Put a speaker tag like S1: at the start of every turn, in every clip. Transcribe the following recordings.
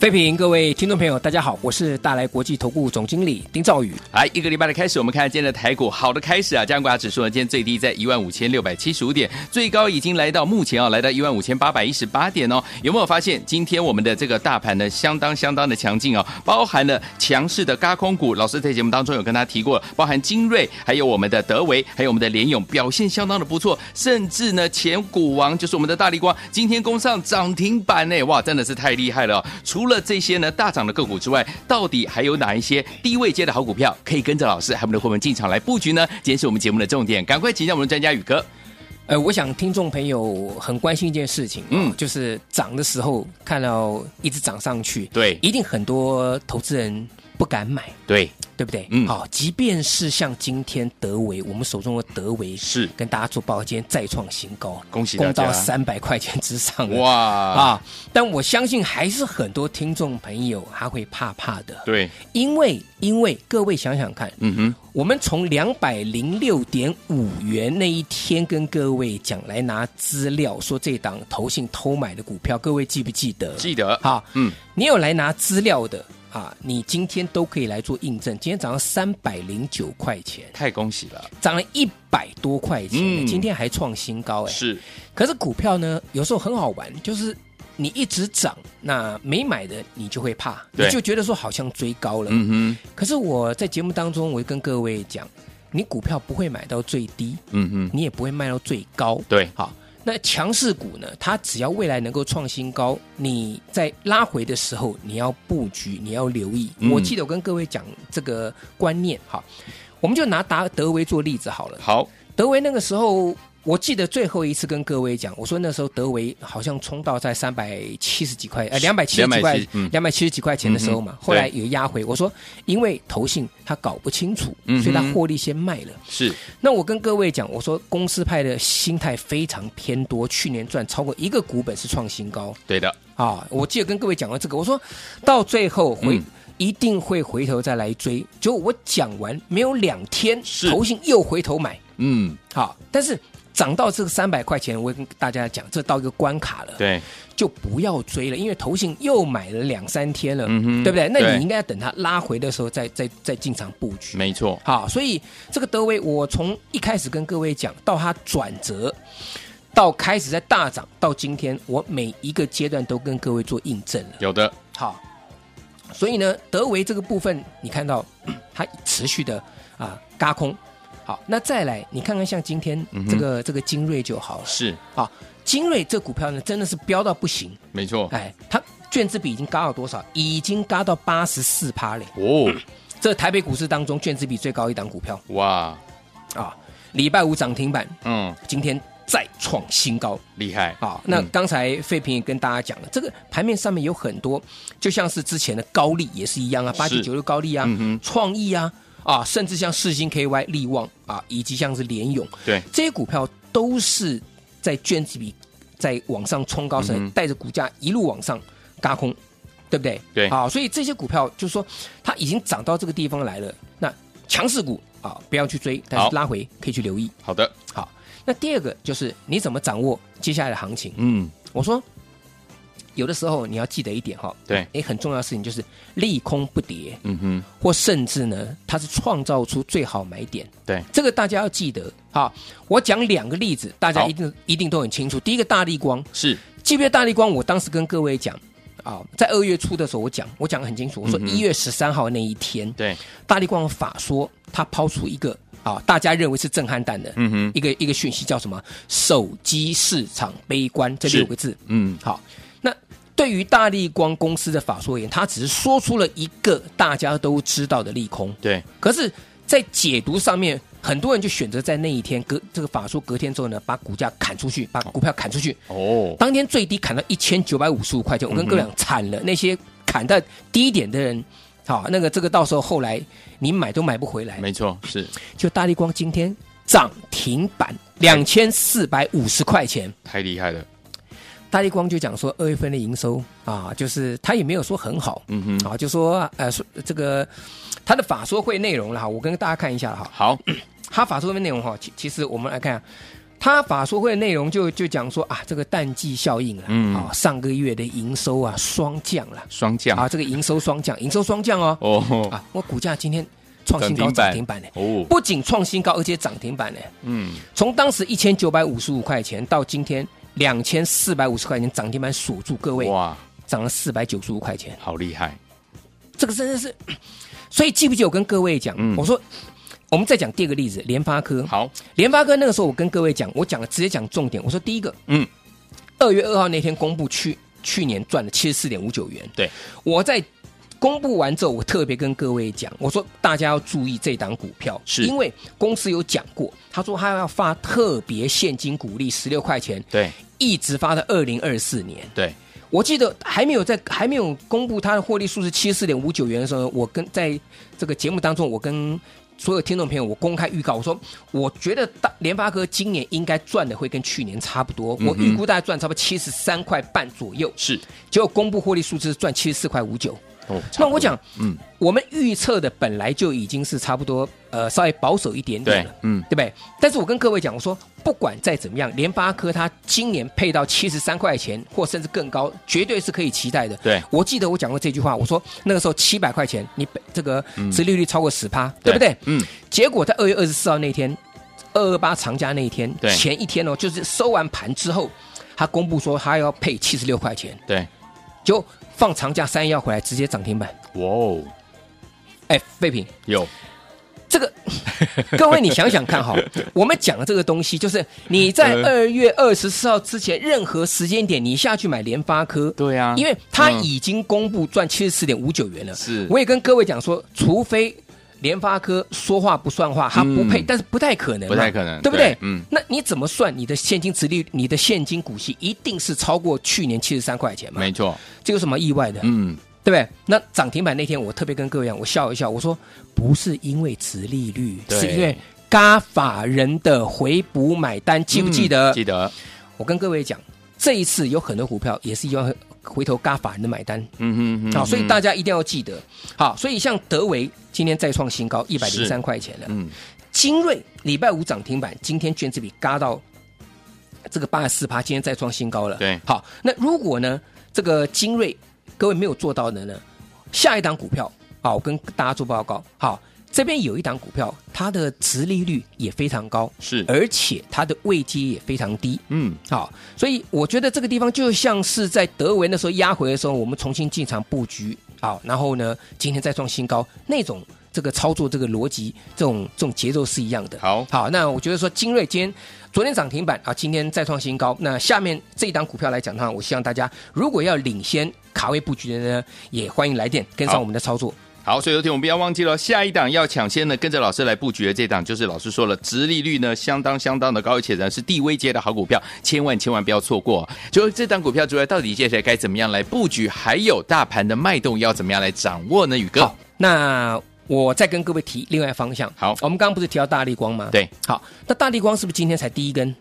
S1: 飞平，各位听众朋友，大家好，我是大来国际投顾总经理丁兆宇。
S2: 来，一个礼拜的开始，我们看今天的台股好的开始啊，加权指数呢，今天最低在一万五千六百七十五点，最高已经来到目前啊，来到一万五千八百一十八点哦。有没有发现今天我们的这个大盘呢，相当相当的强劲哦，包含了强势的高空股，老师在节目当中有跟他提过，包含精锐，还有我们的德维，还有我们的联勇，表现相当的不错，甚至呢前股王就是我们的大力光，今天攻上涨停板呢，哇，真的是太厉害了、哦。除了这些呢大涨的个股之外，到底还有哪一些低位接的好股票可以跟着老师还有我们的伙伴进场来布局呢？今天是我们节目的重点，赶快请教我们的专家宇哥。
S1: 呃，我想听众朋友很关心一件事情，
S2: 嗯
S1: 嗯，就是涨的时候看到一直涨上去，
S2: 对
S1: 一定很多投资人不敢买，
S2: 对，
S1: 对不对？
S2: 嗯
S1: 好，即便是像今天德维，我们手中的德维
S2: 是
S1: 跟大家做报，今天再创新高，
S2: 恭喜大
S1: 攻
S2: 家
S1: 到三百块钱 之上了
S2: 哇啊，
S1: 啊！但我相信还是很多听众朋友他会怕怕的，
S2: 对，
S1: 因为因为各位想想看，
S2: 嗯哼，
S1: 我们从两百零六点五元那一天跟各位讲来拿资料，说这档投信偷买的股票，各位记不记得？
S2: 记得，
S1: 好，
S2: 嗯，
S1: 你有来拿资料的啊，你今天都可以来做印证。今天早上三百零九块钱，
S2: 太恭喜了，
S1: 涨了一百多块钱，
S2: 嗯
S1: 今天还创新高哎。
S2: 是
S1: 可是股票呢，有时候很好玩，就是你一直涨，那没买的你就会怕，
S2: 对
S1: 你就觉得说好像追高了。
S2: 嗯哼，
S1: 可是我在节目当中，我就跟各位讲，你股票不会买到最低，
S2: 嗯哼，
S1: 你也不会卖到最高。
S2: 对，
S1: 好，那强势股呢？它只要未来能够创新高，你在拉回的时候，你要布局，你要留意。
S2: 嗯
S1: 我记得我跟各位讲这个观念哈，我们就拿达德维做例子好了。
S2: 好，
S1: 德维那个时候，我记得最后一次跟各位讲，我说那时候德维好像冲到在三百七十几块，呃，两百七十几块
S2: 270，嗯
S1: 两百七十几块钱的时候嘛，
S2: 嗯哼
S1: 后来有压回。我说因为投信他搞不清楚，
S2: 嗯哼
S1: 所以他获利先卖了。
S2: 是
S1: 那我跟各位讲，我说公司派的心态非常偏多，去年赚超过一个股本是创新高
S2: 对的，
S1: 啊！我记得跟各位讲过这个，我说到最后回。
S2: 嗯
S1: 一定会回头再来追。结果我讲完没有两天
S2: 是，
S1: 投信又回头买，
S2: 嗯，
S1: 好，但是涨到这个三百块钱，我也跟大家讲，这到一个关卡了，
S2: 对，
S1: 就不要追了，因为投信又买了两三天了，
S2: 嗯哼
S1: 对不对？那
S2: 对
S1: 你应该等它拉回的时候再再再进场布局。
S2: 没错，
S1: 好，所以这个德威，我从一开始跟各位讲到它转折。到开始在大涨，到今天，我每一个阶段都跟各位做印证了。
S2: 有的，
S1: 好，所以呢，德维这个部分，你看到 它持续的啊嘎空。好，那再来你看看像今天
S2: 嗯哼
S1: 这个、这个精锐就好了。
S2: 是
S1: 啊，精锐这股票呢，真的是飙到不行。
S2: 没错，
S1: 哎，它卷资比已经嘎到多少？已经嘎到八十四趴嘞！
S2: 哦，
S1: 这台北股市当中卷资比最高一档股票
S2: 哇，
S1: 啊，礼拜五涨停板，
S2: 嗯，
S1: 今天再创新高。
S2: 厉害，
S1: 好，啊那
S2: 嗯
S1: 刚才费平也跟大家讲了，这个盘面上面有很多，就像是之前的高利也是一样啊，八九九六高利啊
S2: 嗯哼，
S1: 创意啊，啊，甚至像世星 KY、利旺啊，以及像是联勇
S2: 对，
S1: 这些股票，都是在卷子比在往上冲高
S2: 嗯
S1: 升，
S2: 哼
S1: 带着股价一路往上嘎空，对不对？
S2: 对
S1: 好，所以这些股票就是说它已经涨到这个地方来了，那强势股啊不要去追，但
S2: 好
S1: 是拉回可以去留意。
S2: 好的，
S1: 好，那第二个就是你怎么掌握接下来的行情？
S2: 嗯，
S1: 我说，有的时候你要记得一点哈、
S2: 对
S1: 也很重要的事情就是利空不跌，
S2: 嗯哼，
S1: 或甚至呢，它是创造出最好买点。
S2: 对，
S1: 这个大家要记得好，我讲两个例子，大家
S2: 好
S1: 一定一定都很清楚。第一个大力光，
S2: 是
S1: 记不记得大力光？我当时跟各位讲啊、在二月初的时候，我讲我讲得很清楚，我说
S2: 嗯哼
S1: 一月十三号那一天，
S2: 对，
S1: 大力光法说他抛出一个啊，大家认为是震撼弹的，
S2: 嗯哼
S1: 一个一个讯息叫什么？手机市场悲观这
S2: 是
S1: 六个字，
S2: 嗯，
S1: 好，那对于大力光公司的法说而言，它只是说出了一个大家都知道的利空，
S2: 对，
S1: 可是，在解读上面，很多人就选择在那一天隔这个法说隔天之后呢，把股价砍出去，把股票砍出去，
S2: 哦，嗯
S1: 当天最低砍到一千九百五十五块钱，我跟各位讲惨了，那些砍到低点的人。好，那个这个到时候后来你买都买不回来，
S2: 没错，是
S1: 就大力光今天涨停板两千四百五十块钱，
S2: 太厉害了，
S1: 大力光就讲说二月份的营收啊，就是他也没有说很好，
S2: 嗯哼，
S1: 啊，就说呃说这个他的法说会内容了哈，我跟大家看一下哈，
S2: 好，
S1: 他法说会内容哈，其其实我们来看、啊，他法说会的内容就就讲说啊，这个淡季效应了，
S2: 嗯
S1: 啊，上个月的营收啊双降了，
S2: 双降，
S1: 啊，这个营收双降，营收双降哦，
S2: 哦，
S1: 啊，我股价今天创新高
S2: 涨
S1: 涨
S2: 停
S1: 停
S2: 板
S1: 板呢，
S2: 哦，
S1: 不仅创新高，而且涨停板呢，
S2: 嗯，
S1: 从当时一千九百五十五块钱到今天。两千四百五十块钱涨停板锁住各位，
S2: 哇，
S1: 涨了四百九十五块钱，
S2: 好厉害，
S1: 这个真的是， 所以记不记得我跟各位讲，
S2: 嗯
S1: 我说我们再讲第二个例子，联发科。
S2: 好，
S1: 联发科那个时候我跟各位讲，我讲了直接讲重点，我说第一个，
S2: 嗯，
S1: 二月二号那天公布去去年赚了七十四点五九元，
S2: 对，
S1: 我在。公布完之后，我特别跟各位讲，我说大家要注意这档股票，
S2: 是
S1: 因为公司有讲过，他说他要发特别现金股利十六块钱，
S2: 对
S1: 一直发到二零二四年。
S2: 对，
S1: 我记得还没有在还没有公布它的获利数是七十四点五九元的时候，我跟在这个节目当中，我跟所有听众朋友，我公开预告，我说我觉得大联发科今年应该赚的会跟去年差不多，我预估大概赚差不多七十三块半左右，
S2: 嗯是，
S1: 结果公布获利数字是赚七十四块五九。
S2: 哦，差
S1: 那
S2: 不多
S1: 我讲，
S2: 嗯，
S1: 我们预测的本来就已经是差不多，呃，稍微保守一点
S2: 对
S1: 点了，，
S2: 嗯，
S1: 对不对？但是我跟各位讲，我说不管再怎么样，联发科它今年配到七十三块钱，或甚至更高，绝对是可以期待的。
S2: 对
S1: 我记得我讲过这句话，我说那个时候七百块钱，你这个
S2: 嗯
S1: 殖利率超过十趴、对不对？
S2: 嗯，
S1: 结果在二月二十四号那天，二二八长假那一天，
S2: 对
S1: 前一天哦，就是收完盘之后，他公布说他要配七十六块钱，
S2: 对，
S1: 就放长假三幺回来直接涨停板。
S2: 哇哦，
S1: 哎，废品，
S2: 有，
S1: 这个， 各位你想 想看哈，我们讲的这个东西，就是你在
S2: 嗯
S1: 二月二十四号之前任何时间点，你下去买联发科，
S2: 对啊，
S1: 因为它
S2: 嗯
S1: 已经公布赚七十四点五九元了。
S2: 是
S1: 我也跟各位讲说，除非联发科说话不算话，它不配，
S2: 嗯
S1: 但是不太可能
S2: 不
S1: 嘛，啊
S2: 太可能
S1: 对不对
S2: 对？嗯
S1: 那你怎么算你的现金值率？你的现金股息一定是超过去年七十三块钱嘛？
S2: 没错，
S1: 这有什么意外的？
S2: 嗯，
S1: 对不对？那涨停板那天，我特别跟各位讲，我笑一笑，我说不是因为殖利率，
S2: 对
S1: 是因为嘎法人的回补买单，记不记得？
S2: 嗯记得，
S1: 我跟各位讲，这一次有很多股票也是一样回头嘎法人的买单，
S2: 嗯哼哼
S1: 好、啊所以大
S2: 家，
S1: 家一定要记得。好，所以像德维今天再创新高，一百零三块钱了。
S2: 嗯，
S1: 精锐礼拜五涨停板，今天卷子比嘎到这个八十四趴，今天再创新高了。
S2: 对
S1: 好，那如果呢这个精锐各位没有做到的呢，下一档股票啊，我跟大家做报告。好，这边有一档股票，它的殖利率也非常高，
S2: 是，
S1: 而且它的位阶也非常低。
S2: 嗯，
S1: 好，所以我觉得这个地方就像是在德维那时候压回的时候，我们重新进场布局，好，然后呢，今天再创新高，那种这个操作这个逻辑，这种这种节奏是一样的。
S2: 好
S1: 好，那我觉得说精锐今天昨天涨停板啊，今天再创新高。那下面这一档股票来讲的话，我希望大家如果要领先卡位布局的呢，也欢迎来电跟上
S2: 好
S1: 我们的操作。
S2: 好，所以有天我们不要忘记了，下一档要抢先呢，跟着老师来布局的这档，就是老师说了，殖利率呢相当相当的高，而且呢是低位阶的好股票，千万千万不要错过。除了这档股票之外，到底接下来该怎么样来布局，还有大盘的脉动要怎么样来掌握呢？宇哥
S1: 好，，那我再跟各位提另外方向。
S2: 好
S1: 我们刚刚不是提到大力光吗？
S2: 对，
S1: 好，那大力光是不是今天才第一根？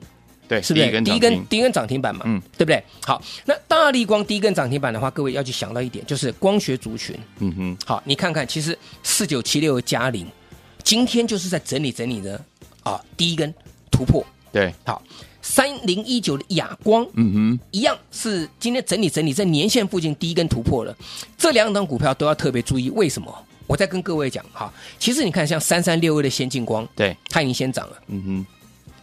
S2: 对，
S1: 是不是？
S2: 第
S1: 第
S2: 一
S1: 一
S2: 根
S1: 根
S2: 涨停
S1: 第一根涨停板嘛，
S2: 嗯
S1: 嗯，对不对？好，那大力光第一根涨停板的话，各位要去想到一点，就是光学族群。
S2: 嗯哼，
S1: 好，你看看，其实四九七六嘉陵今天就是在整理整理的啊，第一根突破。
S2: 对，
S1: 好，三零一九的亚光
S2: 嗯
S1: 一样是今天整理整理，在年线附近第一根突破了。这两档股票都要特别注意，为什么？我再跟各位讲哈，其实你看像三三六二的先进光
S2: 哼，，对，
S1: 它已经先涨了。
S2: 嗯哼，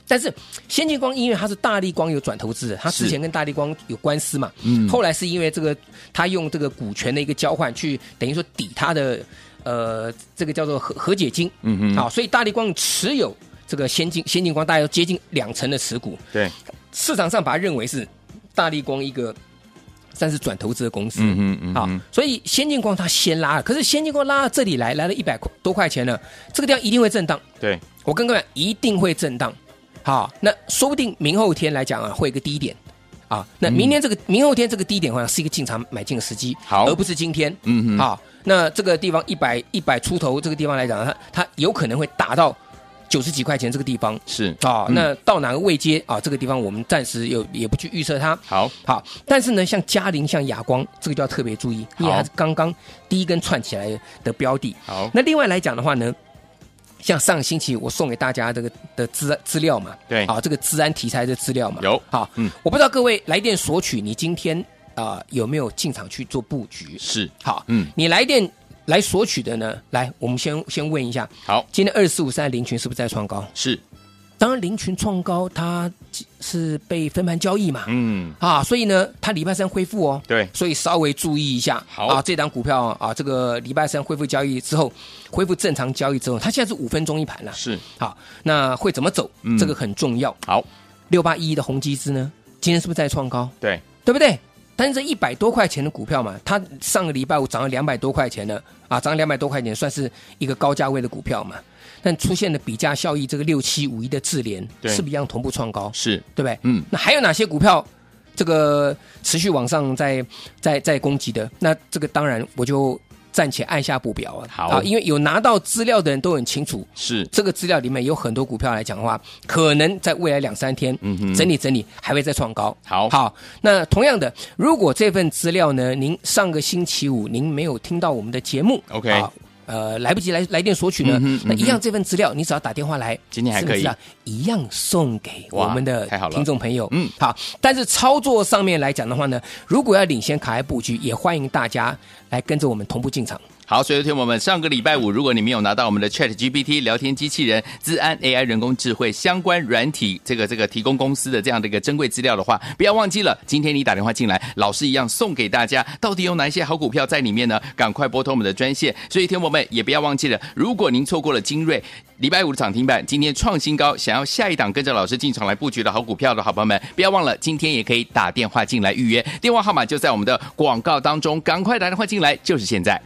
S1: 但是先进光因为它是大力光有转投资的，它
S2: 是
S1: 之前跟大力光有官司嘛，
S2: 嗯
S1: 后来是因为这个他用这个股权的一个交换去等于说抵他的呃这个叫做和和解金，
S2: 嗯哼
S1: 好，所以大力光持有这个先进先进光大概接近两成的持股，
S2: 对，
S1: 市场上把它认为是大力光一个算是转投资的公司，
S2: 嗯哼嗯
S1: 好
S2: 哼，，
S1: 所以先进光它先拉了，可是先进光拉到这里来，来了一百多块钱了，这个地方一定会震荡。
S2: 对，
S1: 我跟各位讲，一定会震荡。好，那说不定明后天来讲啊，会有一个低点啊。那明天这个、明后天这个低点好像是一个进场买进的时机，
S2: 嗯好
S1: 而不是今天。
S2: 嗯哼
S1: 好，那这个地方一百一百出头，这个地方来讲，它它有可能会打到九十几块钱这个地方
S2: 是
S1: 啊。
S2: 嗯
S1: 那到哪个位阶啊？这个地方我们暂时有也不去预测它。
S2: 好，
S1: 好，但是呢，像嘉陵、像亚光，这个就要特别注意，因为
S2: 好
S1: 它是刚刚第一根串起来的标的。
S2: 好，
S1: 那另外来讲的话呢，像上星期我送给大家这个的资资料嘛，
S2: 对
S1: 好，这个治安题材的资料嘛，
S2: 有
S1: 好，
S2: 嗯
S1: 嗯，我不知道各位来电索取，你今天啊、有没有进场去做布局？
S2: 是
S1: 好，
S2: 嗯
S1: 嗯，你来电来索取的呢，来，我们先先问一下，
S2: 好，
S1: 今天二四五三零群是不是在创高？
S2: 是，
S1: 当然，零群创高它是被分盘交易嘛，
S2: 嗯，
S1: 啊，所以呢，它礼拜三恢复哦，
S2: 对
S1: 所以稍微注意一下。
S2: 好
S1: 啊，这档股票啊，啊这个礼拜三恢复交易之后，恢复正常交易之后，它现在是五分钟一盘了。
S2: 是，
S1: 好，那会怎么走？
S2: 嗯
S1: 这个很重要。
S2: 好，
S1: 六八一的宏基资呢，今天是不是在创高？
S2: 对，
S1: 对不对？但是这一百多块钱的股票嘛，它上个礼拜五涨了两百多块钱了啊，涨了两百多块钱，算是一个高价位的股票嘛。但出现了比价效益，这个六七五一的智联
S2: 对
S1: 是不是一样同步创高？
S2: 是，
S1: 对不对？
S2: 嗯
S1: 那还有哪些股票这个持续往上在在在攻击的？那这个当然我就暂且按下不表啊。
S2: 好
S1: 啊，因为有拿到资料的人都很清楚，
S2: 是，
S1: 这个资料里面有很多股票来讲的话，可能在未来两三天，
S2: 嗯哼
S1: 整理整理还会再创高。
S2: 好
S1: 好，那同样的，如果这份资料呢，您上个星期五您没有听到我们的节目
S2: OK
S1: 呃，来不及来来电索取呢，
S2: 嗯哼
S1: 那一
S2: 嗯
S1: 样
S2: 哼
S1: 这份资料，你只要打电话来，
S2: 今天还
S1: 这份
S2: 可以
S1: 资料一样送给我们
S2: 哇
S1: 的
S2: 太好了
S1: 听众朋友。
S2: 嗯，
S1: 好，但是操作上面来讲的话呢，如果要领先卡位布局，也欢迎大家来跟着我们同步进场。
S2: 好，所以听我们上个礼拜五，如果你没有拿到我们的 Chat GPT 聊天机器人、资安 AI 人工智慧相关软体这个这个提供公司的这样的一个珍贵资料的话，不要忘记了，今天你打电话进来，老师一样送给大家，到底有哪一些好股票在里面呢？赶快拨通我们的专线。所以听我们也不要忘记了，如果您错过了精锐。礼拜五的涨停板，今天创新高，想要下一档跟着老师进场来布局的好股票的好朋友们，不要忘了，今天也可以打电话进来预约，电话号码就在我们的广告当中，赶快打电话进来，就是现在。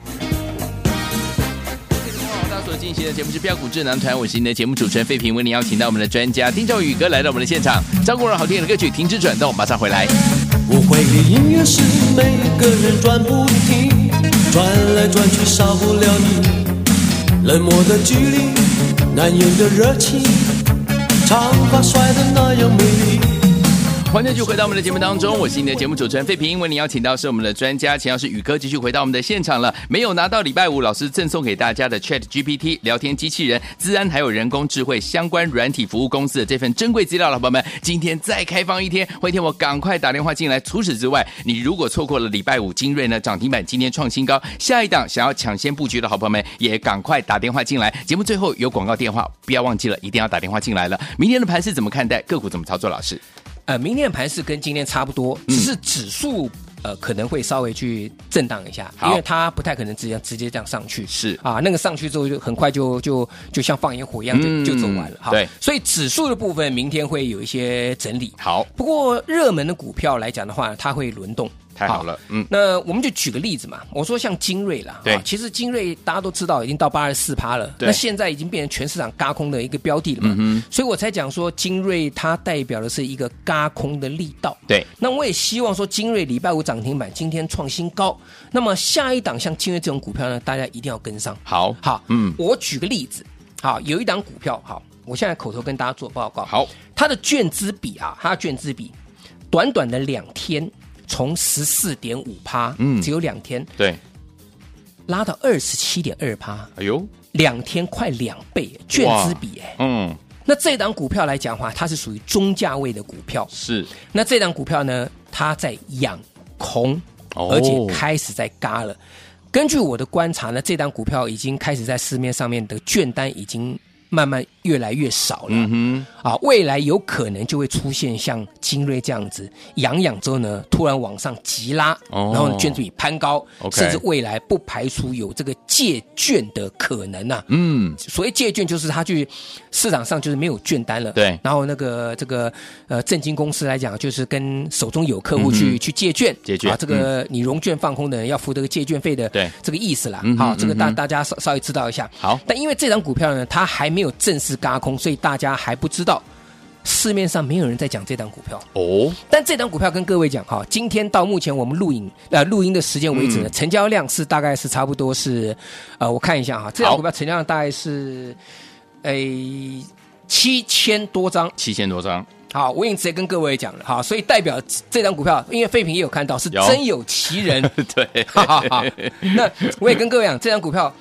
S2: 大家所进行的节目是标股智囊团，我是您的节目主持人费平，为您邀请到我们的专家丁兆宇哥来到我们的现场。张国荣好听的歌曲《停止转动》，马上回来。
S3: 我会的音乐是每个人转不停，转来转去少不了你。冷漠的距离，难言的热情，长发甩得那样美丽。
S2: 欢迎继续回到我们的节目当中，我是你的节目主持人费平，为您邀请到是我们的专家钱老师宇哥，继续回到我们的现场了。没有拿到礼拜五老师赠送给大家的 Chat GPT 聊天机器人、资安还有人工智慧相关软体服务公司的这份珍贵资料，老朋友们，今天再开放一天，欢迎听我赶快打电话进来。除此之外，你如果错过了礼拜五精锐呢涨停板今天创新高，下一档想要抢先布局的好朋友们，也赶快打电话进来。节目最后有广告电话，不要忘记了，一定要打电话进来了。明天的盘是怎么看待？个股怎么操作？老师？
S1: 呃，明天的盘是跟今天差不多，
S2: 嗯
S1: 只是指数呃可能会稍微去震荡一下，
S2: 好
S1: 因为它不太可能直接直接这样上去。
S2: 是
S1: 啊，那个上去之后就很快就就就像放烟火一样就、
S2: 嗯
S1: 就走完了哈。
S2: 对
S1: 所以指数的部分明天会有一些整理。
S2: 好
S1: 不过热门的股票来讲的话，它会轮动。
S2: 太好了嗯
S1: 那我们就举个例子嘛，我说像精锐啦，
S2: 对
S1: 啊其实精锐大家都知道已经到八十四趴了，
S2: 对
S1: 那现在已经变成全市场嘎空的一个标的了嘛，嗯、所以我才讲说精锐它代表的是一个嘎空的力道，
S2: 对
S1: 那我也希望说，精锐礼拜五涨停板今天创新高，那么下一档像精锐这种股票呢，大家一定要跟上。
S2: 好，
S1: 好，
S2: 嗯
S1: 嗯，我举个例子，好，有一档股票，好，我现在口头跟大家做报告，
S2: 好，
S1: 它的券资比啊，它的券资比，短短的两天，从十四点五趴，
S2: 嗯
S1: 嗯，只有两天，
S2: 对，
S1: 拉到二十七点二趴，
S2: 哎呦，
S1: 两天快两倍，券资比哎、
S2: 嗯，
S1: 那这档股票来讲的话，它是属于中价位的股票，
S2: 是
S1: 那这档股票呢，它在养空，
S2: 哦
S1: 而且开始在嘎了。根据我的观察呢，这档股票已经开始在市面上面的券单已经慢慢越来越少了。
S2: 嗯
S1: 啊，未来有可能就会出现像精锐这样子，养养之后呢，突然往上急拉，
S2: 哦
S1: 然后卷子比攀高
S2: OK
S1: 甚至未来不排除有这个借券的可能啊呐、
S2: 哼，嗯，
S1: 所谓借券，就是他去市场上就是没有券单了，
S2: 对
S1: 然后那个这个呃，证金公司来讲，就是跟手中有客户去、去借券，
S2: 嗯借券嗯
S1: 啊，这个你融券放空的人要付这个借券费的，
S2: 对
S1: 这个意思啦
S2: 嗯。哼
S1: 好，这个大
S2: 嗯哼
S1: 大家稍稍微知道一下。
S2: 好
S1: 但因为这张股票呢，它还没有正式嘎空，所以大家还不知道，市面上没有人在讲这张股票。
S2: 哦，
S1: 但这档股票跟各位讲哈，今天到目前我们录影呃录音的时间为止呢，
S2: 嗯
S1: 成交量是大概是差不多是呃我看一下哈，这档股票成交量大概是诶七千多张。
S2: 七千多张，
S1: 好，我已经直接跟各位讲了哈，所以代表这档股票，因为废品也有看到是
S2: 有
S1: 真有其 人，
S2: 对，
S1: 哈哈哈。 那我也跟各位讲，这档股票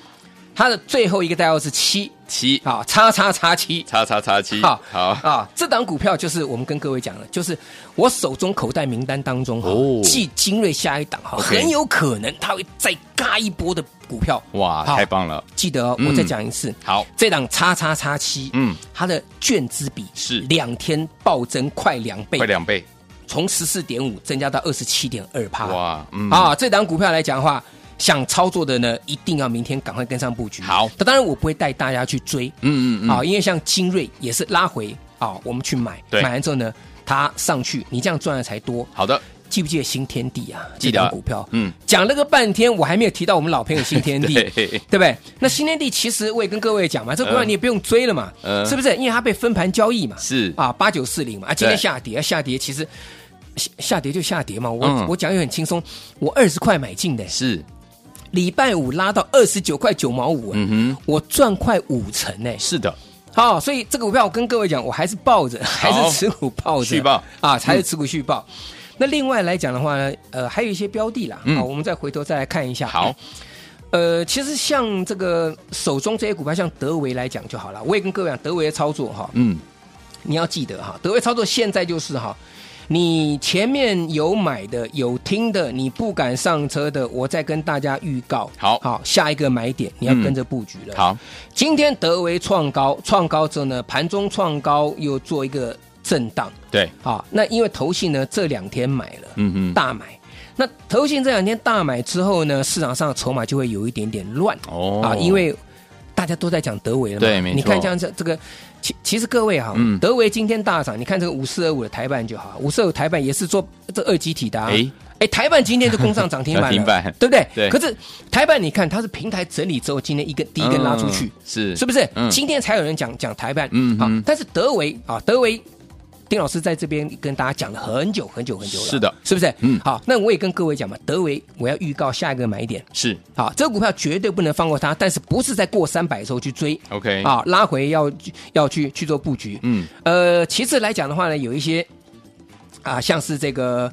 S1: 它的最后一个代号是七
S2: 七
S1: 啊，叉叉叉七。
S2: 叉叉叉七，
S1: 好，
S2: 好，
S1: 啊，这档股票就是我们跟各位讲了，就是我手中口袋名单当中哈
S2: 哦，
S1: 继精锐下一档哈，
S2: OK
S1: 很有可能它会再嘎一波的股票。
S2: 哇，
S1: 好
S2: 太棒了，
S1: 记得哦，
S2: 嗯
S1: 我再讲一次，
S2: 好，
S1: 这档叉叉叉七，
S2: 嗯，
S1: 它的券资比
S2: 是
S1: 两天暴增快两倍
S2: 快，两倍，
S1: 从十四点五增加到二十七点二趴。
S2: 哇，嗯，
S1: 啊，这档股票来讲的话，想操作的呢，一定要明天赶快跟上布局。
S2: 好
S1: 那当然我不会带大家去追，
S2: 嗯嗯嗯，
S1: 啊，因为像精锐也是拉回啊，我们去买，
S2: 对
S1: 买完之后呢，它上去，你这样赚的才多。
S2: 好的，
S1: 记不记得新天地啊？
S2: 记得
S1: 这档股票，
S2: 嗯，
S1: 讲了个半天，我还没有提到我们老朋友新天地，
S2: 对
S1: 不对？那新天地其实我也跟各位讲嘛，这股票
S2: 嗯
S1: 你也不用追了嘛，
S2: 嗯
S1: 是不是？因为它被分盘交易嘛，
S2: 是
S1: 啊，八九四零嘛，啊，今天
S2: 对
S1: 下跌，下跌其实下下跌就下跌嘛，我、
S2: 嗯
S1: 我讲也很轻松，我二十块买进的，
S2: 是，
S1: 礼拜五拉到二十九块九毛五，
S2: 嗯哼，
S1: 我赚快五成呢、
S2: 是的，
S1: 好，所以这个股票我跟各位讲，我还是抱着，还是持股抱着，
S2: 续嗯抱
S1: 啊，还是持股续抱。那另外来讲的话呢，呃，还有一些标的啦，
S2: 嗯
S1: 好，我们再回头再来看一下。
S2: 好，
S1: 呃，其实像这个手中这些股票，像德维来讲就好了。我也跟各位讲，德维的操作哈，
S2: 嗯，
S1: 你要记得哈，德维操作现在就是哈，你前面有买的、有听的，你不敢上车的，我再跟大家预告。
S2: 好
S1: 好，下一个买点你要
S2: 嗯
S1: 跟着布局了。
S2: 好，
S1: 今天德维创高，创高之后呢，盘中创高又做一个震荡
S2: 对，
S1: 啊。那因为投信呢这两天买了，
S2: 嗯哼，
S1: 大买。那投信这两天大买之后呢，市场上筹码就会有一点点乱、
S2: 哦
S1: 啊，因为大家都在讲德维了嘛。
S2: 对没错
S1: 你看像这这个，其其实各位哈、
S2: 嗯
S1: 德维今天大涨，你看这个五四二五的台办就好，五四二五台办也是做这二级体的、啊。
S2: 哎
S1: 哎，台办今天就攻上涨停板了，
S2: 涨停板
S1: 对不对？
S2: 对
S1: 可是台办，你看它是平台整理之后，今天一根第一根拉出去，
S2: 嗯是
S1: 是不是？
S2: 嗯
S1: 今天才有人讲讲台办，
S2: 嗯
S1: 嗯，好
S2: 嗯，
S1: 但是德维啊，德维。丁老师在这边跟大家讲了很久很久很久了，
S2: 是的
S1: 是不是？
S2: 嗯
S1: 好，那我也跟各位讲嘛，德维我要预告下一个买点，
S2: 是
S1: 好，这个股票绝对不能放过它，但是不是在过三百的时候去追
S2: OK，
S1: 啊，拉回要要去去做布局。
S2: 嗯，
S1: 呃，其次来讲的话呢，有一些啊，像是这个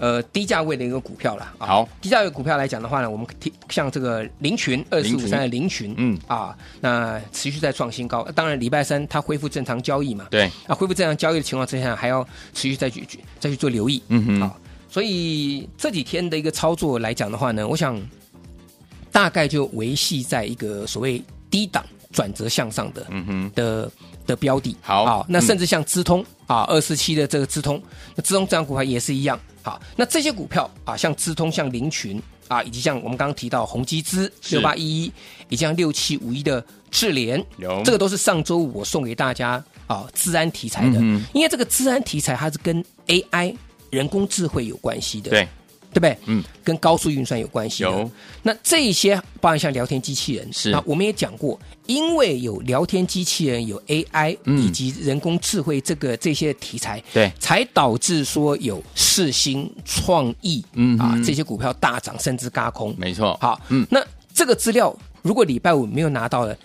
S1: 呃低价位的一个股票了。啊、
S2: 好，
S1: 低价位股票来讲的话呢，我们提像这个林群二四
S2: 林
S1: 五
S2: 群
S1: 三的林群，
S2: 嗯
S1: 啊，那持续在创新高。当然，礼拜三它恢复正常交易嘛，
S2: 对，
S1: 啊，恢复正常交易的情况之下，还要持续再去去再去做留意。
S2: 嗯哼
S1: 好，所以这几天的一个操作来讲的话呢，我想大概就维系在一个所谓低档转折向上的，
S2: 嗯哼，
S1: 的的标的。
S2: 好
S1: 啊、那
S2: 嗯
S1: 甚至像资通、啊，二四七的这个资通，那资通这张股票也是一样。好，那这些股票啊，像资通、像林群啊，以及像我们刚刚提到宏基资
S2: 是
S1: 六八一一，以及像六七五一的智联，
S2: 有
S1: 这个都是上周五我送给大家啊，治安题材的，
S2: 嗯
S1: 因为这个治安题材它是跟 AI 人工智慧有关系的。
S2: 对，
S1: 对不对？
S2: 嗯，
S1: 跟高速运算有关系的。
S2: 有
S1: 那这些包含像聊天机器人，
S2: 是
S1: 那我们也讲过，因为有聊天机器人、有 AI、
S2: 嗯
S1: 以及人工智慧这个这些题材，
S2: 对
S1: 才导致说有世新、创意，
S2: 嗯
S1: 啊
S2: 哼
S1: 这些股票大涨，甚至嘎空。
S2: 没错，
S1: 好，
S2: 嗯，
S1: 那这个资料如果礼拜五没有拿到的，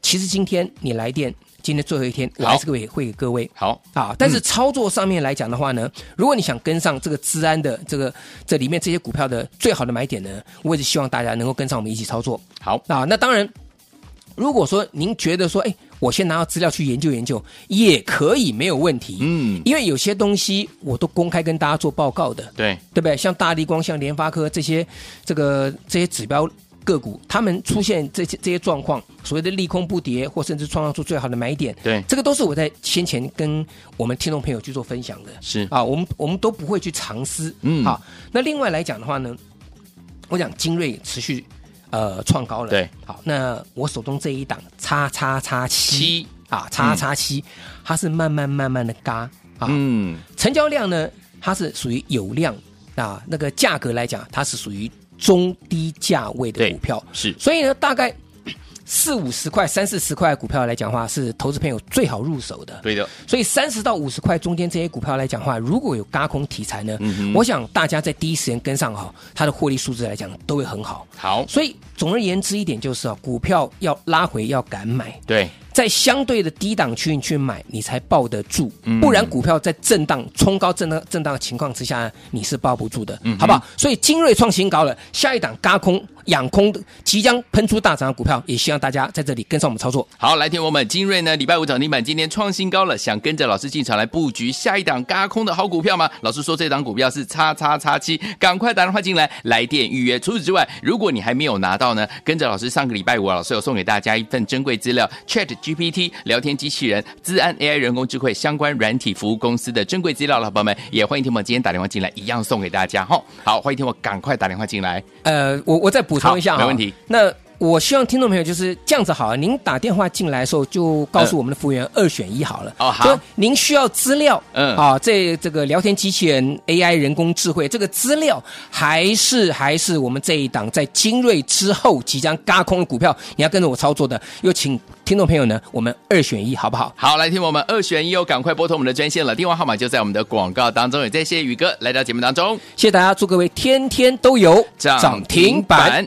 S1: 其实今天你来电，今天最后一天，我
S2: 好
S1: 还是会会给各位
S2: 好，
S1: 啊，但是操作上面来讲的话呢，如果你想跟上这个治安的这个这里面这些股票的最好的买点呢，我也是希望大家能够跟上我们一起操作
S2: 好，
S1: 啊。那当然，如果说您觉得说，哎，我先拿到资料去研究研究，也可以没有问题，
S2: 嗯，
S1: 因为有些东西我都公开跟大家做报告的，
S2: 对，
S1: 对不对？像大力光、像联发科这些这个这些指标个股，他们出现这些这些状况，所谓的利空不跌，或甚至创造出最好的买点，
S2: 对
S1: 这个都是我在先前跟我们听众朋友去做分享的。
S2: 是
S1: 啊，我们我们都不会去藏私。
S2: 嗯
S1: 好，那另外来讲的话呢，我讲精锐也持续呃创高了。
S2: 对，
S1: 好，那我手中这一档叉叉叉七
S2: 七
S1: 啊，叉叉七，它是慢慢慢慢的嘎啊，
S2: 嗯，
S1: 成交量呢，它是属于有量啊，那个价格来讲，它是属于中低价位的
S2: 对
S1: 股票，
S2: 是
S1: 所以呢，大概四五十块、三四十块的股票来讲的话，是投资朋友最好入手的。
S2: 对的，
S1: 所以三十到五十块中间这些股票来讲的话，如果有嘎空题材呢，我想大家在第一时间跟上哈，它的获利数字来讲都会很好。
S2: 好，
S1: 所以总而言之一点就是啊，股票要拉回要敢买，
S2: 对，
S1: 在相对的低档区你去买，你才抱得住。不然股票在震荡、冲高、震荡、震荡的情况之下，你是抱不住的，好不好？所以精锐创新高了，下一档嘎空、养空的，即将喷出大涨的股票，也希望大家在这里跟上我们操作。
S2: 好，来听我们精锐呢，礼拜五涨停板今天创新高了，想跟着老师进场来布局下一档嘎空的好股票吗？老师说这档股票是叉叉叉七，赶快打电话进来，来电预约。除此之外，如果你还没有拿到呢，跟着老师上个礼拜五啊，老师有送给大家一份珍贵资料，Chat GPT 聊天机器人、资安 AI 人工智慧相关软体服务公司的珍贵资料了，朋友们也欢迎听我们今天打电话进来，一样送给大家哈。好，欢迎听我赶快打电话进来。
S1: 呃，我我再补充一下
S2: 好
S1: 哈，
S2: 没问题。
S1: 那我希望听众朋友就是这样子好了，啊您打电话进来的时候就告诉我们的服务员二选一好了。
S2: 嗯哦好
S1: 就您需要资料，
S2: 嗯
S1: 啊，这这个聊天机器人 AI 人工智慧这个资料，还是还是我们这一档在精锐之后即将嘎空的股票，你要跟着我操作的，又请听众朋友呢，我们二选一好不好？
S2: 好，来听我们二选一哦，赶快拨通我们的专线了，电话号码就在我们的广告当中。也谢谢宇哥来到节目当中，
S1: 谢谢大家，祝各位天天都有
S2: 涨停板。